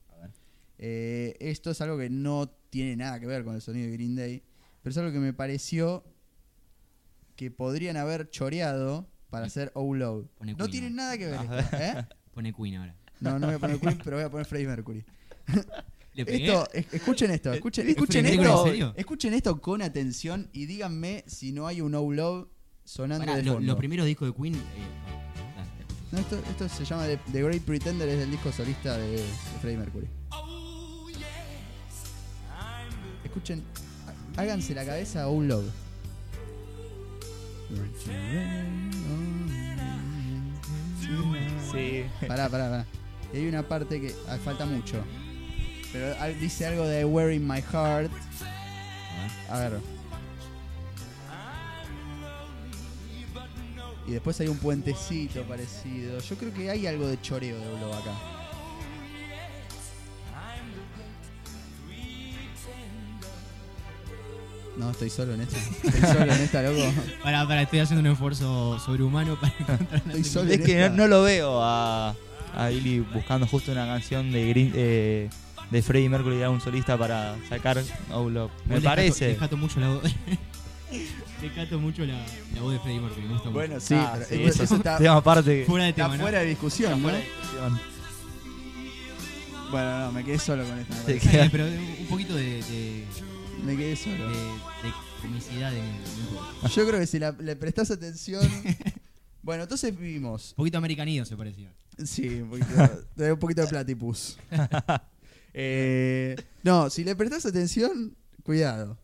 [SPEAKER 1] Eh, esto es algo que no tiene nada que ver con el sonido de Green Day, pero es algo que me pareció que podrían haber choreado para hacer Oh Loud.
[SPEAKER 4] Pone
[SPEAKER 1] No
[SPEAKER 4] Queen
[SPEAKER 1] tiene
[SPEAKER 4] ahora.
[SPEAKER 1] nada que ver.
[SPEAKER 2] Ah,
[SPEAKER 1] esto, ¿eh?
[SPEAKER 4] <laughs> Pone Queen ahora.
[SPEAKER 1] No, no voy a
[SPEAKER 4] <laughs>
[SPEAKER 1] poner Queen, pero voy a poner Freddie Mercury.
[SPEAKER 4] Le pegué.
[SPEAKER 1] Esto, es- escuchen esto, escuchen,
[SPEAKER 2] ¿Es
[SPEAKER 1] escuchen
[SPEAKER 4] Freddie Mercury,
[SPEAKER 1] esto,
[SPEAKER 4] en serio?
[SPEAKER 1] escuchen esto con atención y díganme si no hay un Oh Loud sonando
[SPEAKER 4] Pará,
[SPEAKER 1] de
[SPEAKER 4] lo-
[SPEAKER 1] fondo.
[SPEAKER 4] los primeros discos de Queen. eh, bueno, dale, dale.
[SPEAKER 1] No, esto, esto se llama The, The Great Pretender, es el disco solista de, de Freddie Mercury. Escuchen, há- háganse la cabeza a un log.
[SPEAKER 2] Sí.
[SPEAKER 1] Pará, pará, pará. Y hay una parte que ah, falta mucho. Pero ah, dice algo de Wearing My Heart. A ver. Y después hay un puentecito parecido. Yo creo que hay algo de choreo de Blob acá. No, estoy solo en esto. Estoy solo en esta,
[SPEAKER 2] <laughs>
[SPEAKER 1] loco.
[SPEAKER 4] Pará, pará, estoy haciendo un esfuerzo sobrehumano para <laughs> encontrar una
[SPEAKER 1] Estoy
[SPEAKER 4] similitud.
[SPEAKER 1] solo
[SPEAKER 2] Es
[SPEAKER 1] en
[SPEAKER 2] que
[SPEAKER 1] esta.
[SPEAKER 2] no, no lo veo a, a Billy buscando justo una canción de Green, eh, de Freddie Mercury a un solista para sacar Outlook. Me
[SPEAKER 4] Igual
[SPEAKER 2] parece.
[SPEAKER 4] Decato, decato mucho la voz. <laughs> decato mucho la, la voz de Freddie Mercury. Me gusta
[SPEAKER 1] Bueno,
[SPEAKER 4] mucho.
[SPEAKER 1] sí,
[SPEAKER 2] Ah,
[SPEAKER 1] pero
[SPEAKER 2] sí,
[SPEAKER 1] eso,
[SPEAKER 2] eso,
[SPEAKER 1] eso está,
[SPEAKER 2] tema aparte.
[SPEAKER 4] Fuera de
[SPEAKER 1] está
[SPEAKER 4] tema, ¿no?
[SPEAKER 1] fuera de discusión, ¿no?
[SPEAKER 2] Te
[SPEAKER 1] Bueno, no, me quedé solo con esto. me
[SPEAKER 4] <laughs>
[SPEAKER 1] parece.
[SPEAKER 4] Está bien,
[SPEAKER 2] queda-
[SPEAKER 4] pero un poquito de, de,
[SPEAKER 1] Me quedé
[SPEAKER 4] de,
[SPEAKER 1] solo.
[SPEAKER 4] de comicidad en el- en el juego.
[SPEAKER 1] Yo creo que si la- le prestás <laughs> atención. Bueno, entonces vimos.
[SPEAKER 4] Un poquito americanido se parecía.
[SPEAKER 1] Sí, un poquito, de- un poquito de <laughs> platypus. Eh, no, si le prestás atención, cuidado.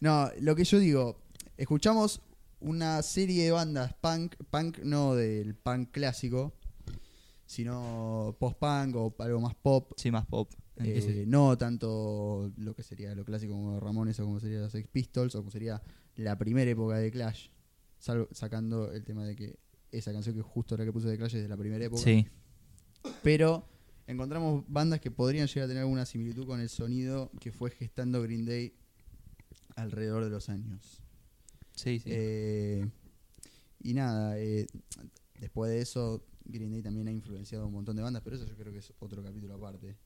[SPEAKER 1] No, lo que yo digo, escuchamos una serie de bandas punk, punk no del punk clásico, sino post-punk o algo más pop.
[SPEAKER 2] Sí, más pop.
[SPEAKER 1] Eh, no tanto lo que sería lo clásico como Ramones o como sería los Sex Pistols o como sería la primera época de Clash, salvo- sacando el tema de que esa canción que justo era que puse de Clash es de la primera época,
[SPEAKER 2] Sí.
[SPEAKER 1] pero encontramos bandas que podrían llegar a tener alguna similitud con el sonido que fue gestando Green Day alrededor de los años.
[SPEAKER 2] Sí, sí.
[SPEAKER 1] Eh, y nada, eh, después de eso Green Day también ha influenciado a un montón de bandas, pero eso yo creo que es otro capítulo aparte.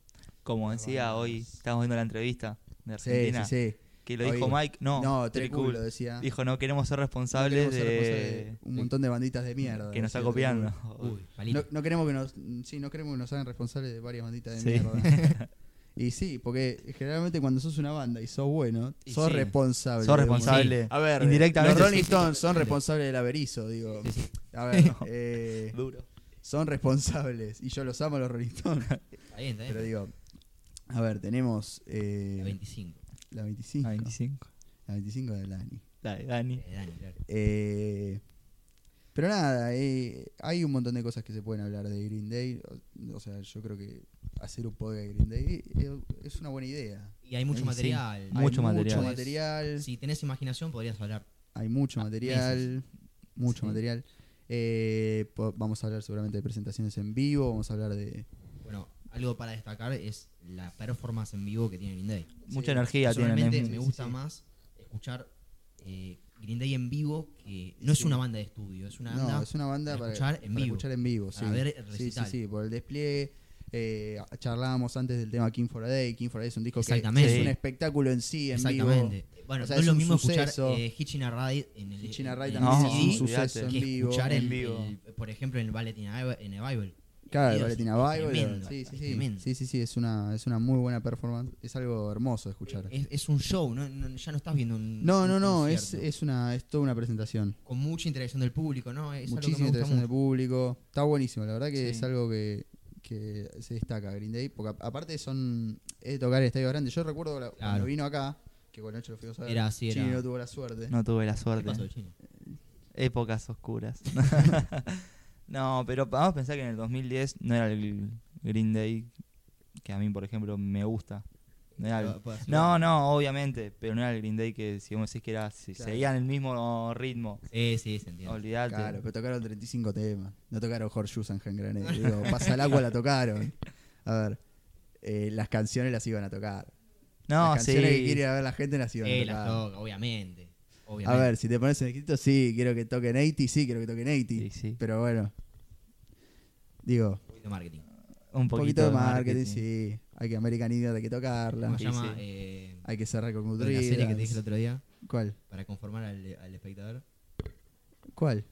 [SPEAKER 2] Como decía hoy, estábamos viendo la entrevista de
[SPEAKER 1] Sí, sí,
[SPEAKER 2] Argentina.
[SPEAKER 1] sí.
[SPEAKER 2] Que lo
[SPEAKER 1] Hoy-
[SPEAKER 2] dijo Mike. No,
[SPEAKER 1] No,
[SPEAKER 2] Tricool.
[SPEAKER 1] Treculo decía.
[SPEAKER 2] Dijo, no queremos ser
[SPEAKER 1] No
[SPEAKER 2] responsables
[SPEAKER 1] queremos ser responsables
[SPEAKER 2] de.
[SPEAKER 1] de un montón de banditas de mierda.
[SPEAKER 2] Que nos está
[SPEAKER 1] decía
[SPEAKER 2] copiando.
[SPEAKER 1] Treculo.
[SPEAKER 4] Uy, malito.
[SPEAKER 1] No, no queremos que nos sí, no queremos que nos hagan responsables de varias banditas de
[SPEAKER 2] Sí.
[SPEAKER 1] <laughs> mierda. Y sí, porque generalmente cuando sos una banda y sos bueno,
[SPEAKER 4] Y
[SPEAKER 1] sos
[SPEAKER 4] sí.
[SPEAKER 1] responsable.
[SPEAKER 2] Sos
[SPEAKER 1] de un-
[SPEAKER 2] responsable.
[SPEAKER 1] A ver,
[SPEAKER 2] Indirectamente.
[SPEAKER 1] los Rolling Stones son responsables del averizo, digo. A <laughs> ver, eh,
[SPEAKER 2] Duro.
[SPEAKER 1] son responsables. Y yo los amo a los Rolling <laughs> Stones.
[SPEAKER 3] Está bien, está
[SPEAKER 1] Pero
[SPEAKER 3] bien.
[SPEAKER 1] digo, a ver, tenemos eh,
[SPEAKER 3] La 25.
[SPEAKER 1] la 25.
[SPEAKER 2] Ah, 25.
[SPEAKER 1] La 25 de Lani.
[SPEAKER 2] Dale, Dani.
[SPEAKER 3] Eh, Dani, claro.
[SPEAKER 1] Eh, pero nada, eh, hay un montón de cosas que se pueden hablar de Green Day. O, o sea, yo creo que hacer un podcast de Green Day eh, es una buena idea.
[SPEAKER 3] Y hay mucho
[SPEAKER 2] Sí,
[SPEAKER 3] material.
[SPEAKER 2] Mucho
[SPEAKER 1] hay
[SPEAKER 2] material.
[SPEAKER 1] Mucho material.
[SPEAKER 3] Si tenés imaginación, podrías hablar.
[SPEAKER 1] Hay mucho
[SPEAKER 3] Ah,
[SPEAKER 1] material. Mucho
[SPEAKER 2] Sí.
[SPEAKER 1] material. Eh, po- vamos a hablar seguramente de presentaciones en vivo. Vamos a hablar de.
[SPEAKER 3] Bueno, algo para destacar es la performance en vivo que tiene Green Day.
[SPEAKER 2] Mucha energía tienen.
[SPEAKER 3] Personalmente
[SPEAKER 2] es-
[SPEAKER 3] me gusta más escuchar eh, Green Day en vivo, que no es
[SPEAKER 1] Sí.
[SPEAKER 3] una banda de estudio, es una banda
[SPEAKER 1] No, es una banda
[SPEAKER 3] para
[SPEAKER 1] para,
[SPEAKER 3] escuchar en
[SPEAKER 1] para
[SPEAKER 3] vivo,
[SPEAKER 1] escuchar en vivo,
[SPEAKER 3] para
[SPEAKER 1] sí.
[SPEAKER 3] ver el
[SPEAKER 1] sí, sí,
[SPEAKER 3] recital.
[SPEAKER 1] sí, por el despliegue. Eh, charlábamos antes del tema King for a Day. King for a Day es un disco que
[SPEAKER 3] Exactamente.
[SPEAKER 1] es un espectáculo en sí, en vivo.
[SPEAKER 3] Exactamente. Bueno,
[SPEAKER 1] O sea,
[SPEAKER 3] no es
[SPEAKER 1] es
[SPEAKER 3] lo
[SPEAKER 1] un
[SPEAKER 3] mismo
[SPEAKER 1] suceso.
[SPEAKER 3] escuchar eh, Hitching a Ride en el
[SPEAKER 1] Hitching a
[SPEAKER 3] en
[SPEAKER 1] Ride
[SPEAKER 3] el
[SPEAKER 1] también
[SPEAKER 2] No,
[SPEAKER 1] es un
[SPEAKER 3] CD,
[SPEAKER 1] suceso
[SPEAKER 2] olvidate.
[SPEAKER 1] en
[SPEAKER 3] que
[SPEAKER 1] vivo.
[SPEAKER 3] escuchar
[SPEAKER 2] en
[SPEAKER 3] el-
[SPEAKER 2] vivo.
[SPEAKER 3] el- por ejemplo, en Ballet in a, en a Bible.
[SPEAKER 1] Claro,
[SPEAKER 3] Es
[SPEAKER 1] Valentina
[SPEAKER 3] tremendo,
[SPEAKER 1] Bible. Sí,
[SPEAKER 3] es
[SPEAKER 1] sí, sí.
[SPEAKER 3] tremendo.
[SPEAKER 1] Sí, sí, sí, es una, es una muy buena performance. Es algo hermoso de escuchar.
[SPEAKER 3] Es, es un show, ¿no? No- ya no estás viendo un.
[SPEAKER 1] No,
[SPEAKER 3] un
[SPEAKER 1] no, no, es,
[SPEAKER 3] concierto.
[SPEAKER 1] es, una, es toda una presentación.
[SPEAKER 3] Con mucha interacción del público, ¿no? Es algo que
[SPEAKER 1] Muchísima
[SPEAKER 3] me gusta
[SPEAKER 1] interacción del
[SPEAKER 3] mucho.
[SPEAKER 1] público. Está buenísimo, la verdad que
[SPEAKER 2] Sí.
[SPEAKER 1] es algo que, que se destaca Green Day. Porque a- aparte son. Es de tocar en estadios grandes. Yo recuerdo la-
[SPEAKER 3] Claro.
[SPEAKER 1] cuando vino acá, que con Nacho lo fuimos a ver.
[SPEAKER 3] Era así, era.
[SPEAKER 1] Chino tuvo la suerte.
[SPEAKER 2] No tuve la
[SPEAKER 3] ¿Qué pasó,
[SPEAKER 2] suerte.
[SPEAKER 3] Chino?
[SPEAKER 2] Épocas oscuras. <laughs> no, pero vamos a pensar que en el 2010 no era el Green Day que a mí, por ejemplo, me gusta. No, era el-
[SPEAKER 3] Puedo- puedo hacer
[SPEAKER 2] no,
[SPEAKER 3] un-
[SPEAKER 2] no, obviamente, pero no era el Green Day que, si vos decís que era, si
[SPEAKER 1] Claro.
[SPEAKER 2] seguían el mismo ritmo,
[SPEAKER 3] Sí, sí, se entiende.
[SPEAKER 2] olvidate.
[SPEAKER 1] Claro, pero tocaron 35 temas. No tocaron Horseshoes and Hand Grenade. Digo, pasa el agua, la tocaron. A ver, eh, las canciones las iban a tocar.
[SPEAKER 2] No,
[SPEAKER 1] las canciones que
[SPEAKER 2] sí.
[SPEAKER 1] quiere ir a ver la gente las iban
[SPEAKER 3] Eh,
[SPEAKER 1] a
[SPEAKER 3] las
[SPEAKER 1] tocar.
[SPEAKER 3] toca, obviamente.
[SPEAKER 1] A
[SPEAKER 3] obviamente.
[SPEAKER 1] ver, si te pones en escrito, sí, quiero que toquen 80, sí, quiero que toquen 80.
[SPEAKER 2] Sí, sí.
[SPEAKER 1] Pero bueno, digo,
[SPEAKER 3] Un poquito de marketing.
[SPEAKER 2] Un
[SPEAKER 1] un poquito, de marketing, sí. Hay que American Idiot, hay que tocarla.
[SPEAKER 3] ¿Cómo se
[SPEAKER 2] Sí,
[SPEAKER 3] llama?
[SPEAKER 2] sí.
[SPEAKER 3] Eh,
[SPEAKER 1] Hay que cerrar con
[SPEAKER 3] la serie que te dije el
[SPEAKER 1] Goodreads.
[SPEAKER 3] otro día
[SPEAKER 1] ¿Cuál?
[SPEAKER 3] para conformar al, al espectador.
[SPEAKER 1] ¿Cuál?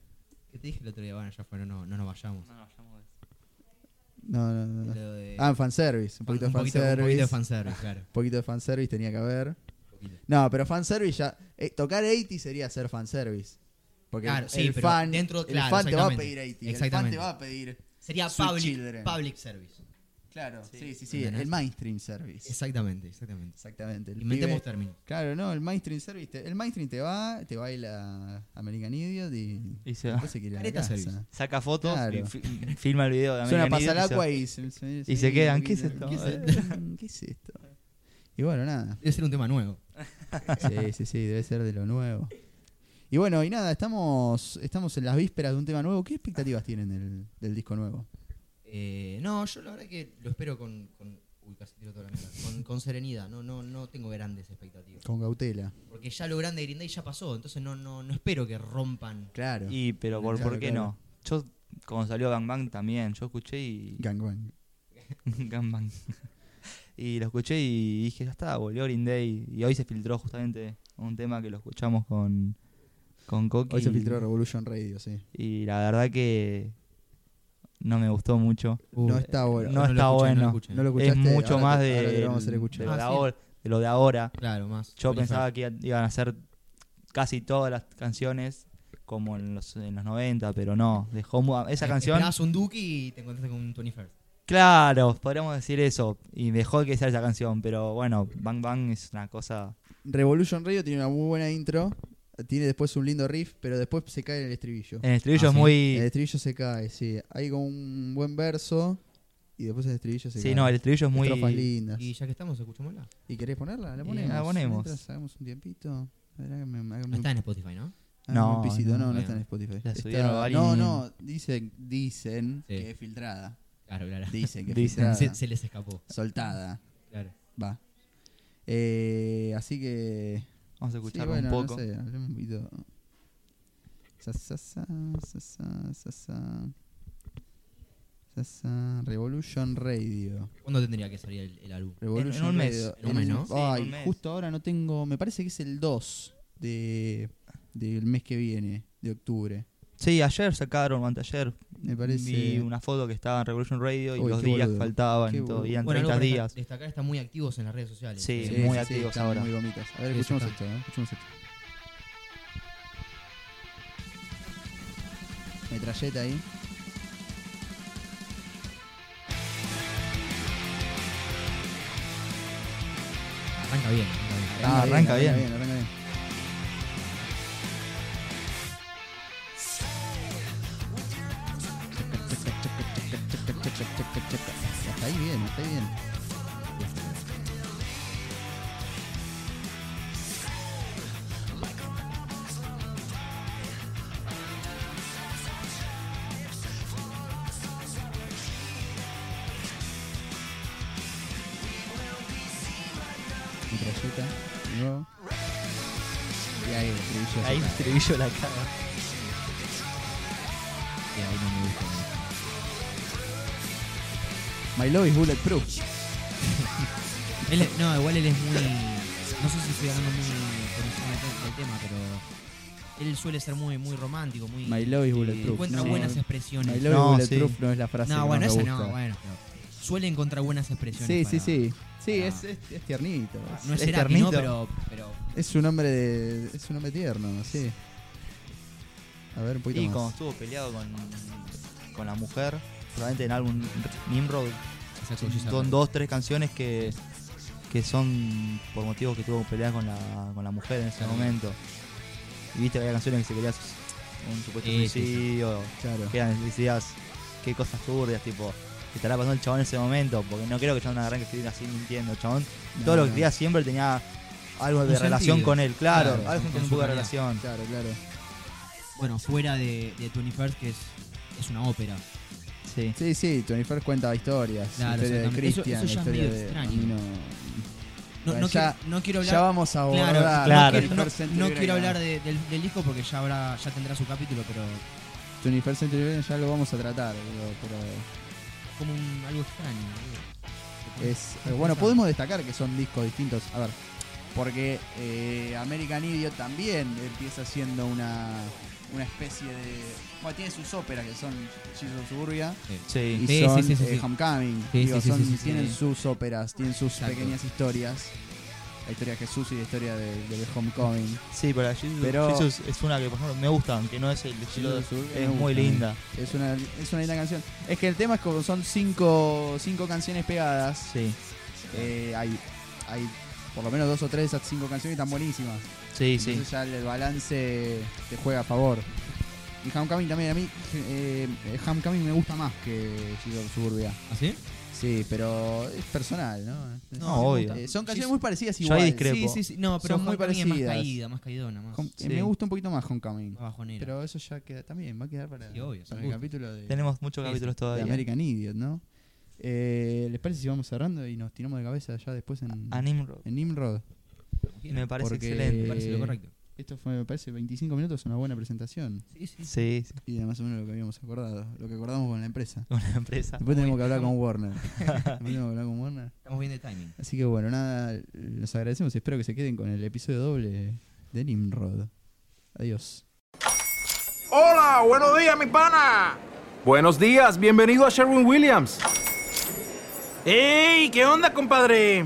[SPEAKER 3] ¿Qué te dije el otro día? Bueno, ya fue, no, no, no nos vayamos.
[SPEAKER 1] No, no, no. no.
[SPEAKER 3] Lo de-
[SPEAKER 1] Ah, fanservice. Un poquito de
[SPEAKER 3] un poquito de
[SPEAKER 1] fanservice.
[SPEAKER 3] fanservice, claro.
[SPEAKER 1] Un poquito de fanservice tenía que haber.
[SPEAKER 3] un poquito.
[SPEAKER 1] No, pero fanservice ya. eh, tocar 80 sería hacer fanservice. Porque
[SPEAKER 3] Claro,
[SPEAKER 1] el,
[SPEAKER 3] sí,
[SPEAKER 1] el
[SPEAKER 3] pero
[SPEAKER 1] fan,
[SPEAKER 3] dentro-
[SPEAKER 1] el
[SPEAKER 3] claro,
[SPEAKER 1] fan te va a
[SPEAKER 3] exactamente.
[SPEAKER 1] pedir 80. El fan
[SPEAKER 3] Exactamente.
[SPEAKER 1] te va a pedir.
[SPEAKER 3] Sería
[SPEAKER 1] Sweet
[SPEAKER 3] public,
[SPEAKER 1] Children.
[SPEAKER 3] public service.
[SPEAKER 1] Claro, sí, sí, sí.
[SPEAKER 3] ¿Entendés?
[SPEAKER 1] el mainstream service.
[SPEAKER 3] Exactamente, exactamente.
[SPEAKER 1] Exactamente. el
[SPEAKER 3] Inventemos
[SPEAKER 1] pibe-
[SPEAKER 3] términos.
[SPEAKER 1] Claro, no, el mainstream service. te- el mainstream te va, te baila American Idiot y.
[SPEAKER 2] Y se va.
[SPEAKER 1] después se quiere ir a la
[SPEAKER 3] Careta
[SPEAKER 1] casa.
[SPEAKER 3] service.
[SPEAKER 2] Saca fotos,
[SPEAKER 1] Claro.
[SPEAKER 2] y fi- filma el video de
[SPEAKER 1] Suena pasar
[SPEAKER 2] American Idiot
[SPEAKER 1] el
[SPEAKER 2] y se-
[SPEAKER 1] agua y se, se-
[SPEAKER 2] y se
[SPEAKER 1] sí,
[SPEAKER 2] quedan,
[SPEAKER 1] un
[SPEAKER 2] ¿qué es
[SPEAKER 1] poquito,
[SPEAKER 2] esto?
[SPEAKER 1] ¿Qué es esto? <laughs> ¿Qué es esto? Y bueno, nada.
[SPEAKER 3] Debe ser un tema nuevo.
[SPEAKER 1] Sí, sí, sí, debe ser de lo nuevo. Y bueno, y nada, estamos, estamos en las vísperas de un tema nuevo. ¿Qué expectativas tienen del, del disco nuevo?
[SPEAKER 3] Eh, no, yo la verdad que lo espero con. con uy, casi tiro toda la mierda. Con, con serenidad, no, no, no tengo grandes expectativas.
[SPEAKER 1] Con cautela.
[SPEAKER 3] Porque ya lo grande de Green Day ya pasó, entonces no, no, no espero que rompan.
[SPEAKER 1] Claro. Y
[SPEAKER 2] Y, pero por,
[SPEAKER 1] Claro,
[SPEAKER 2] ¿por qué
[SPEAKER 1] claro.
[SPEAKER 2] no? Yo, cuando salió Gang Bang también, yo escuché y.
[SPEAKER 1] Gangbang.
[SPEAKER 2] <laughs> Gang Bang. y lo escuché y dije, ya está, volvió Green Day. Y hoy se filtró justamente un tema que lo escuchamos con. Con Coqui.
[SPEAKER 1] Hoy se filtró Revolution Radio, sí.
[SPEAKER 2] Y la verdad que. No me gustó mucho.
[SPEAKER 1] No está bueno.
[SPEAKER 2] No,
[SPEAKER 1] Uh, eh, No
[SPEAKER 2] está
[SPEAKER 3] lo escuché, no lo
[SPEAKER 2] bueno.
[SPEAKER 3] escuché.
[SPEAKER 1] ¿No lo
[SPEAKER 2] es
[SPEAKER 1] escuchaste?
[SPEAKER 2] mucho
[SPEAKER 1] Ahora
[SPEAKER 2] más
[SPEAKER 1] te-
[SPEAKER 2] de,
[SPEAKER 1] ahora te lo vamos a hacer escuchar.
[SPEAKER 2] de lo de
[SPEAKER 3] Ah, sí.
[SPEAKER 2] ahora- de lo de ahora.
[SPEAKER 3] Claro, más.
[SPEAKER 2] Yo
[SPEAKER 3] Oliver.
[SPEAKER 2] pensaba que i- iban a ser casi todas las canciones como en los, en los 90, pero no. Dejó mu- esa
[SPEAKER 3] Eh,
[SPEAKER 2] canción.
[SPEAKER 3] esperabas un Duki y te encontraste con un 21st.
[SPEAKER 2] Claro, podríamos decir eso. Y dejó que sea esa canción, pero bueno, Bang Bang es una cosa.
[SPEAKER 1] Revolution Radio tiene una muy buena intro. Tiene después un lindo riff, pero después se cae en el estribillo.
[SPEAKER 2] En el estribillo
[SPEAKER 3] Ah,
[SPEAKER 2] es
[SPEAKER 3] sí.
[SPEAKER 2] muy.
[SPEAKER 1] El estribillo se cae, sí. Hay como un buen verso y después el estribillo se
[SPEAKER 2] sí,
[SPEAKER 1] cae.
[SPEAKER 2] no, el estribillo es muy.
[SPEAKER 1] Estrofas lindas.
[SPEAKER 3] Y ya que estamos, escuchémosla. Ah,
[SPEAKER 1] ¿Y querés ponerla? La
[SPEAKER 2] Y
[SPEAKER 1] ponemos.
[SPEAKER 2] Eh, la ponemos.
[SPEAKER 1] Mientras hagamos un tiempito. A ver, hágame, hágame
[SPEAKER 3] No
[SPEAKER 1] un-
[SPEAKER 3] está en Spotify, ¿no?
[SPEAKER 1] hágame un
[SPEAKER 2] No,
[SPEAKER 1] pisito. No,
[SPEAKER 2] no,
[SPEAKER 1] no,
[SPEAKER 3] bueno.
[SPEAKER 1] está en Spotify.
[SPEAKER 2] La
[SPEAKER 1] Está-
[SPEAKER 2] subieron a varios-
[SPEAKER 1] no, no, dicen, dicen
[SPEAKER 3] Sí.
[SPEAKER 1] que es filtrada.
[SPEAKER 3] Claro, claro.
[SPEAKER 1] Dicen que es
[SPEAKER 2] Dicen.
[SPEAKER 1] filtrada.
[SPEAKER 3] <laughs> Se, se les escapó.
[SPEAKER 1] Soltada.
[SPEAKER 3] Claro.
[SPEAKER 1] Va. Eh, así que.
[SPEAKER 2] Vamos a
[SPEAKER 1] sí,
[SPEAKER 2] escucharlo
[SPEAKER 1] bueno,
[SPEAKER 2] un poco.
[SPEAKER 1] No sé, hablemos un poquito. Sa, sa, sa, sa, sa, sa, sa. Sa, sa. Revolution Radio.
[SPEAKER 3] ¿Cuándo tendría que salir el, el álbum?
[SPEAKER 1] Revolution
[SPEAKER 2] en un mes,
[SPEAKER 1] Radio.
[SPEAKER 3] en un mes, ¿no?
[SPEAKER 2] Sí,
[SPEAKER 1] Ay,
[SPEAKER 2] en un mes.
[SPEAKER 1] justo ahora no tengo. Me parece que es el 2 de, del mes que viene, de octubre.
[SPEAKER 2] Sí, ayer sacaron, anteayer,
[SPEAKER 1] Me parece.
[SPEAKER 2] vi una foto que estaba en Revolution Radio y
[SPEAKER 1] Uy,
[SPEAKER 2] los
[SPEAKER 1] qué
[SPEAKER 2] días
[SPEAKER 1] boludo.
[SPEAKER 2] faltaban
[SPEAKER 1] Qué
[SPEAKER 2] y todo,
[SPEAKER 1] boludo.
[SPEAKER 2] y eran
[SPEAKER 3] algo
[SPEAKER 2] 30
[SPEAKER 3] para destaca-
[SPEAKER 2] días.
[SPEAKER 3] Destacar están muy activos en las redes sociales.
[SPEAKER 2] Sí,
[SPEAKER 3] Eh,
[SPEAKER 2] muy activos
[SPEAKER 1] están
[SPEAKER 2] ahora.
[SPEAKER 1] Muy gomitas. A ver,
[SPEAKER 3] Sí,
[SPEAKER 1] escuchemos
[SPEAKER 3] sí,
[SPEAKER 1] esto,
[SPEAKER 3] está.
[SPEAKER 1] ¿eh? Escuchemos esto. Metralleta ahí.
[SPEAKER 3] Arranca bien. arranca bien.
[SPEAKER 2] Ah, arranca bien.
[SPEAKER 1] Arranca bien, arranca bien. <laughs> Hasta ahí bien, hasta ahí bien. Metralleta, de nuevo. Y ahí el estribillo se
[SPEAKER 2] Ahí el
[SPEAKER 1] cae.
[SPEAKER 2] estribillo la cara.
[SPEAKER 3] que ahí no me gusta. mucho.
[SPEAKER 1] My Love is Bulletproof.
[SPEAKER 3] Él es- no, igual él es muy. No sé si estoy hablando muy por encima del, te- del tema, pero. Él suele ser muy, muy romántico, muy. eh,
[SPEAKER 1] My love is bulletproof.
[SPEAKER 3] Encuentra
[SPEAKER 2] Sí.
[SPEAKER 3] buenas
[SPEAKER 1] My
[SPEAKER 3] expresiones.
[SPEAKER 1] Love
[SPEAKER 2] No,
[SPEAKER 1] is Bulletproof
[SPEAKER 2] sí.
[SPEAKER 1] no es la frase
[SPEAKER 3] no,
[SPEAKER 1] que
[SPEAKER 3] bueno,
[SPEAKER 1] más me
[SPEAKER 3] esa no,
[SPEAKER 1] gusta.
[SPEAKER 3] bueno. pero suele encontrar buenas expresiones.
[SPEAKER 1] Sí, sí,
[SPEAKER 3] para-
[SPEAKER 1] sí. Sí,
[SPEAKER 3] para-
[SPEAKER 1] es, es, es tiernito. Es,
[SPEAKER 3] No es
[SPEAKER 2] Es
[SPEAKER 3] Cerati, ¿no?
[SPEAKER 2] ternito.
[SPEAKER 3] Pero, pero
[SPEAKER 1] es un hombre de. es un hombre tierno, sí. A ver, un poquito
[SPEAKER 2] Y
[SPEAKER 1] más.
[SPEAKER 2] como estuvo peleado con, con la mujer, probablemente en álbum Nimrod,
[SPEAKER 3] Exacto, Gisela.
[SPEAKER 2] son dos, tres canciones que, que son por motivos que tuvo peleas con la, con la mujer en ese
[SPEAKER 3] Claro.
[SPEAKER 2] momento. Y viste que había canciones que se quería sus- un supuesto
[SPEAKER 3] Sí, sí, sí.
[SPEAKER 2] suicidio,
[SPEAKER 1] Claro.
[SPEAKER 2] que eran decías qué cosas turbias, tipo, que estará pasando el chabón en ese momento, porque no creo que John Arranque estuviera así mintiendo, chabón.
[SPEAKER 1] No,
[SPEAKER 2] Todo lo que
[SPEAKER 1] no.
[SPEAKER 2] quería siempre tenía algo de
[SPEAKER 3] Un
[SPEAKER 2] relación
[SPEAKER 3] sentido.
[SPEAKER 2] con él, claro,
[SPEAKER 3] Claro,
[SPEAKER 2] algo
[SPEAKER 3] con-
[SPEAKER 2] con
[SPEAKER 3] con
[SPEAKER 2] un poco de
[SPEAKER 3] su
[SPEAKER 2] relación.
[SPEAKER 1] Claro, claro.
[SPEAKER 3] Bueno, fuera de, de 21st, que es, es una ópera.
[SPEAKER 2] Sí.
[SPEAKER 1] Sí, sí, 21 cuenta historias.
[SPEAKER 3] Claro,
[SPEAKER 1] historia de
[SPEAKER 3] exactamente. Eso-
[SPEAKER 1] Christian,
[SPEAKER 3] eso ya es
[SPEAKER 1] historia
[SPEAKER 3] medio
[SPEAKER 1] de.
[SPEAKER 3] extraño.
[SPEAKER 1] a mí no-
[SPEAKER 3] No,
[SPEAKER 1] Bueno,
[SPEAKER 3] no,
[SPEAKER 1] ya-
[SPEAKER 3] quiero, no quiero hablar.
[SPEAKER 1] Ya vamos a abordar.
[SPEAKER 3] Claro,
[SPEAKER 2] claro.
[SPEAKER 3] No, quiero- no-
[SPEAKER 1] 21st Century
[SPEAKER 3] no quiero
[SPEAKER 1] Breakdown.
[SPEAKER 3] hablar de- del, del disco porque ya habrá, ya tendrá su capítulo, pero
[SPEAKER 1] 21 Century Breakdown ya lo vamos a tratar. digo, pero
[SPEAKER 3] como un- algo extraño. ¿no?
[SPEAKER 1] es, eh, bueno, podemos destacar que son discos distintos. A ver, porque eh, American Idiot también empieza siendo una, una especie de. Bueno, tiene sus óperas que son Jesus Suburbia
[SPEAKER 2] Sí.
[SPEAKER 1] y
[SPEAKER 3] Sí, sí,
[SPEAKER 1] son
[SPEAKER 3] sí, sí,
[SPEAKER 1] eh,
[SPEAKER 3] sí.
[SPEAKER 1] Homecoming.
[SPEAKER 3] Sí,
[SPEAKER 1] Digo,
[SPEAKER 3] sí, sí,
[SPEAKER 1] son-
[SPEAKER 3] sí, sí, sí.
[SPEAKER 1] tienen sus óperas, tienen sus
[SPEAKER 3] Exacto.
[SPEAKER 1] pequeñas historias. La historia de Jesús y la historia de, de Homecoming.
[SPEAKER 2] Sí, pero Jesus,
[SPEAKER 1] Pero-
[SPEAKER 2] Jesus es una que por ejemplo me gusta, aunque no es el estilo
[SPEAKER 1] Jesus Suburbia
[SPEAKER 2] es
[SPEAKER 1] me
[SPEAKER 2] muy
[SPEAKER 1] gusta a mí.
[SPEAKER 2] linda.
[SPEAKER 1] Es una, es una linda canción. Es que el tema es como son cinco, cinco canciones pegadas.
[SPEAKER 2] Sí,
[SPEAKER 1] Eh, hay, hay por lo menos dos o tres de esas cinco canciones que están buenísimas.
[SPEAKER 2] sí, sí.
[SPEAKER 1] Entonces ya el balance te juega a favor. Y Homecoming también, a mí eh, Homecoming me gusta más que Jesus Suburbia.
[SPEAKER 3] ¿Ah, sí?
[SPEAKER 1] Sí, pero es personal, ¿no?
[SPEAKER 2] No, obvio.
[SPEAKER 1] Eh, son canciones muy parecidas
[SPEAKER 2] yo
[SPEAKER 1] igual.
[SPEAKER 2] ahí discrepo.
[SPEAKER 3] Sí, sí, sí. No, pero
[SPEAKER 1] Son muy
[SPEAKER 3] Homecoming es
[SPEAKER 1] parecidas.
[SPEAKER 3] más caída, más caidona, más,
[SPEAKER 1] Hom-
[SPEAKER 2] Sí. Ah,
[SPEAKER 1] Me gusta un poquito más Homecoming.
[SPEAKER 3] más bajonera.
[SPEAKER 1] Pero eso ya queda también, va a quedar para,
[SPEAKER 3] Sí, obvio,
[SPEAKER 1] para
[SPEAKER 3] sin
[SPEAKER 1] el
[SPEAKER 3] gusto.
[SPEAKER 1] capítulo de... este,
[SPEAKER 2] Tenemos muchos
[SPEAKER 3] Sí,
[SPEAKER 2] capítulos
[SPEAKER 1] de
[SPEAKER 2] todavía.
[SPEAKER 1] American Idiot, ¿no? Eh, ¿Les parece si vamos cerrando y nos tiramos de cabeza ya después en,
[SPEAKER 2] A Nimrod.
[SPEAKER 1] en Nimrod?
[SPEAKER 2] Me parece
[SPEAKER 1] Porque-
[SPEAKER 3] me
[SPEAKER 2] excelente.
[SPEAKER 3] parece
[SPEAKER 1] eh,
[SPEAKER 3] lo correcto.
[SPEAKER 1] Esto fue, me parece, 25 minutos, una buena presentación.
[SPEAKER 3] Sí, sí.
[SPEAKER 2] Sí, sí,
[SPEAKER 1] Y de más o menos lo que habíamos acordado, lo que acordamos con la empresa.
[SPEAKER 2] una empresa.
[SPEAKER 1] Después tenemos
[SPEAKER 3] Muy
[SPEAKER 1] que hablar
[SPEAKER 3] bien.
[SPEAKER 1] con Warner. Después tenemos que hablar con Warner.
[SPEAKER 3] Estamos bien de timing.
[SPEAKER 1] Así que bueno, nada, los agradecemos y espero que se queden con el episodio doble de Nimrod. Adiós.
[SPEAKER 5] Hola, buenos días, mi pana.
[SPEAKER 6] Buenos días, bienvenido a Sherwin Williams.
[SPEAKER 5] ¡Ey! ¿Qué onda, compadre?